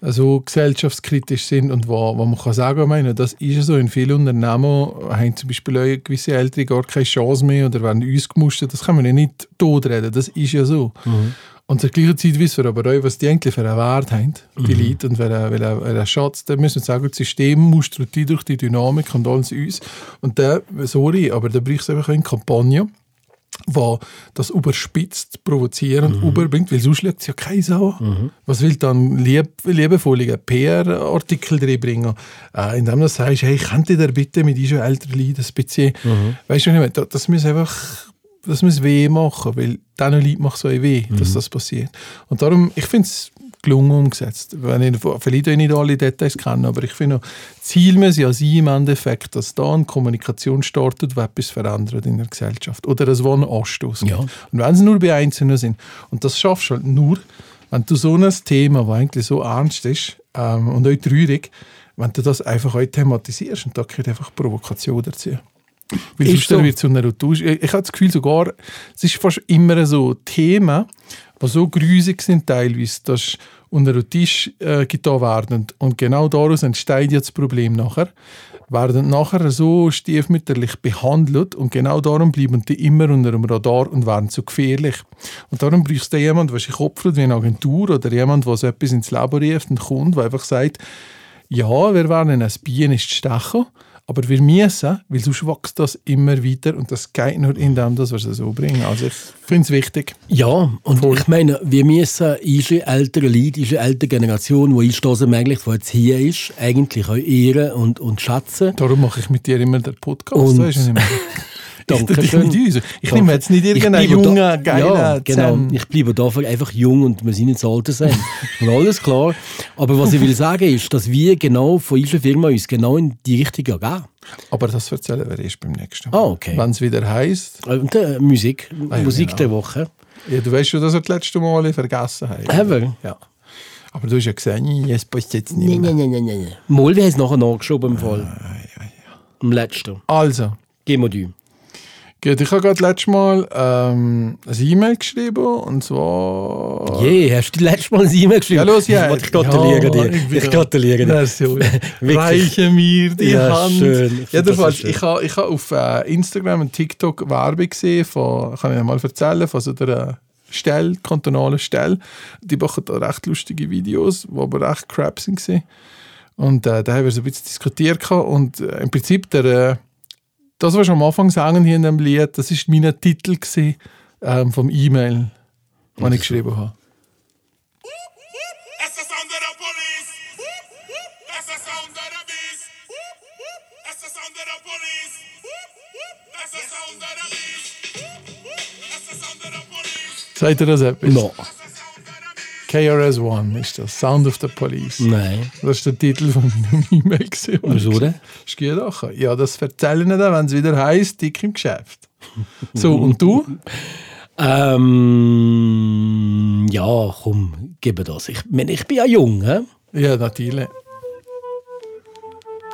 Speaker 1: also gesellschaftskritisch sind und wo, wo man kann sagen kann, das ist ja so, in vielen Unternehmen haben zum Beispiel auch gewisse Ältere gar keine Chance mehr oder werden ausgemustert, das kann man ja nicht totreden, das ist ja so. Und zur gleichen Zeit wissen wir aber auch, was die eigentlich für einen Wert haben, die Leute, und welchen, welchen, welchen Schatz. Da müssen wir sagen, das System mustert die durch die Dynamik und alles uns. Und da, sorry, aber da braucht es einfach eine Kampagne, die das überspitzt, provozierend überbringt, weil sonst schaut es ja keine Sau an. Was will dann lieb, liebevolliger PR-Artikel reinbringen, äh, indem du sagst, hey, könnt ihr da bitte mit diesen älteren Leuten ein bisschen... Weißt du, was ich meine? Da- Das muss einfach das muss weh machen, weil diesen Leuten macht es auch weh, dass das passiert. Und darum, ich finde es gelungen umgesetzt. Wenn ich, vielleicht auch nicht alle Details kenne, aber ich finde, auch, Ziel muss ja sein im Endeffekt, dass da eine Kommunikation startet, die etwas verändert in der Gesellschaft. Oder dass wo einen Anstoß gibt.
Speaker 2: Ja.
Speaker 1: Und wenn es nur bei Einzelnen sind. Und das schaffst du halt nur, wenn du so ein Thema, das eigentlich so ernst ist ähm, und auch traurig, wenn du das einfach auch thematisierst und da gehört einfach Provokation dazu. Weil sonst
Speaker 2: Ist so.
Speaker 1: wird es zu einer Routine. Ich, ich habe das Gefühl sogar, es ist fast immer so Themen, die so grusig sind teilweise, dass unter den Tisch äh, getan werden. Und, und genau daraus entsteht jetzt das Problem nachher. Werden nachher so stiefmütterlich behandelt und genau darum bleiben die immer unter dem Radar und werden zu gefährlich. Und darum brauchst du jemanden, der sich opfert wie eine Agentur oder jemand, der so etwas ins Leben ruft und kommt, der einfach sagt, ja, wir werden als Bienen stechen, aber wir müssen, weil sonst wächst das immer weiter und das geht nur indem, dass wir es so bringen. Also ich finde es wichtig.
Speaker 2: Ja, und ich meine, wir müssen unsere älteren Leute, unsere ältere Generation, die einstoßen möglich, die jetzt hier ist, eigentlich auch ehren und, und schätzen.
Speaker 1: Darum mache ich mit dir immer den Podcast.
Speaker 2: Und-
Speaker 1: weißt du, was ich meine?
Speaker 2: Danke
Speaker 1: dich
Speaker 2: schön.
Speaker 1: nicht uns. Ich
Speaker 2: Danke.
Speaker 1: nehme jetzt nicht irgendeinen
Speaker 2: Ich bleibe
Speaker 1: jungen,
Speaker 2: da-
Speaker 1: geilen
Speaker 2: Ja, genau.
Speaker 1: Zen.
Speaker 2: Ich bleibe dafür einfach jung und wir sind ins Alter sein. und alles klar. Aber was ich will sagen ist, dass wir genau von unserer Firma uns genau in die Richtung gehen.
Speaker 1: Aber das erzählen wir erst beim nächsten Mal.
Speaker 2: Ah, okay.
Speaker 1: Wenn es wieder heisst,
Speaker 2: Und äh, Musik,
Speaker 1: ja,
Speaker 2: Musik
Speaker 1: genau.
Speaker 2: der Woche.
Speaker 1: ja, du weißt schon, dass wir das letzte Mal vergessen haben.
Speaker 2: Haben
Speaker 1: Ja. Aber du hast ja gesehen, es passt jetzt Ah, nicht mehr.
Speaker 2: nein, nein, nein. Mal, wir haben es nachher nachgeschoben im Fall. Im letzten.
Speaker 1: Also,
Speaker 2: Gehen wir die.
Speaker 1: Gut, ich habe gerade letztes Mal ähm, ein E-Mail geschrieben und zwar.
Speaker 2: Je, hast du die letzte Mal ein E-Mail geschrieben?
Speaker 1: Ah. Ja, los, ja.
Speaker 2: Ich gratuliere
Speaker 1: Ja,
Speaker 2: dir. Ich
Speaker 1: wieder.
Speaker 2: gratuliere dir.
Speaker 1: Das ist ja-
Speaker 2: Genau. Wirklich.
Speaker 1: Reiche mir die
Speaker 2: Ja,
Speaker 1: Hand.
Speaker 2: schön. Ich find das
Speaker 1: Jedenfalls,
Speaker 2: so schön.
Speaker 1: ich habe ich habe auf äh, Instagram und TikTok Werbung gesehen, von, kann ich dir mal erzählen, von so einer Stelle, kantonalen Stelle. Die machen da recht lustige Videos, die aber recht crap sind. gewesen. Und äh, da haben wir so ein bisschen diskutiert. gehabt Und äh, im Prinzip, der, äh, das, was wir am Anfang sagen hier in dem Lied, das ist mein Titel gewesen, ähm, vom E-Mail, den ich geschrieben habe.
Speaker 3: That's the sound of the police. That's the sound of the beast. That's the sound of the police. That's the sound of the beast. That's the sound of the police.
Speaker 1: Seid ihr das etwas?
Speaker 2: No.
Speaker 3: That's the sound of the beast.
Speaker 1: KRS One ist das. Sound of the Police.
Speaker 2: Nein.
Speaker 1: Das ist der Titel von meinem E-Mail. gewesen.
Speaker 2: Wieso denn?
Speaker 1: Hast du gelacht? Ja, das erzählen wir dann, wenn es wieder heisst, dick im Geschäft. So, und du?
Speaker 2: Ähm, ja, komm, gib mir das. Ich, meine, ich bin ja jung, hä?
Speaker 1: Ja, natürlich.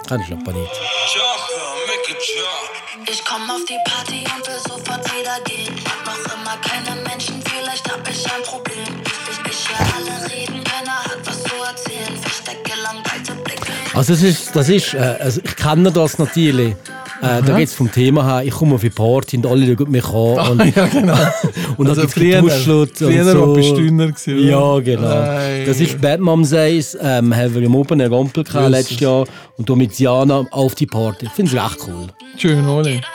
Speaker 2: Kann ich noch ein paar nicht.
Speaker 3: make it jump.
Speaker 4: Ich komm auf die Party und will sofort wieder gehen. Noch immer keine Menschen, vielleicht hab ich ein Problem. Ich, ich höre alle reden, keiner hat was zu erzählen. Verstecke langweilte Blicke.
Speaker 2: Also das ist, das ist äh, also ich kenne das natürlich. Äh, da geht es vom Thema her, ich komme auf die Party und alle schauen mich an. Und,
Speaker 1: ja, genau.
Speaker 2: und
Speaker 1: also
Speaker 2: dann gibt
Speaker 1: früher-
Speaker 2: es Duschschlutz und
Speaker 1: früher war
Speaker 2: so.
Speaker 1: Bestühner gewesen, oder?
Speaker 2: Ja, genau.
Speaker 1: Nein.
Speaker 2: Das ist Batman Says, ähm, haben wir im Open eine Rampel gehabt
Speaker 1: Jesus.
Speaker 2: letztes Jahr und da mit Diana auf die Party. Ich finde es recht cool.
Speaker 1: Schön, Oli.
Speaker 4: Jeder hängt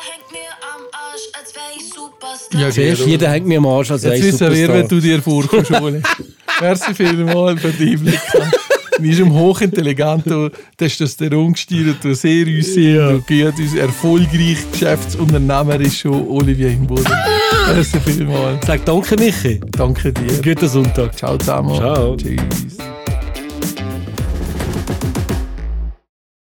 Speaker 4: mir am Arsch, als wär ich Superstar.
Speaker 1: Ja,
Speaker 2: Siehst, du,
Speaker 1: Gero.
Speaker 2: jeder hängt mir am Arsch als
Speaker 1: Jetzt
Speaker 2: ein
Speaker 1: wissen wir,
Speaker 2: Superstar.
Speaker 1: wie du dir vorkommst, Oli. Merci vielmals für die Einblicke. Wir sind ein hochintelligenter, testosterongesteuerter, sehr äußerst, ja. gut, erfolgreich, geschäftsunternehmerisch, Olivia im Boden. Merci vielmals.
Speaker 2: Sag danke, Michi.
Speaker 1: Danke dir.
Speaker 2: Guten Sonntag.
Speaker 1: Ciao zusammen.
Speaker 2: Ciao.
Speaker 1: Tschüss.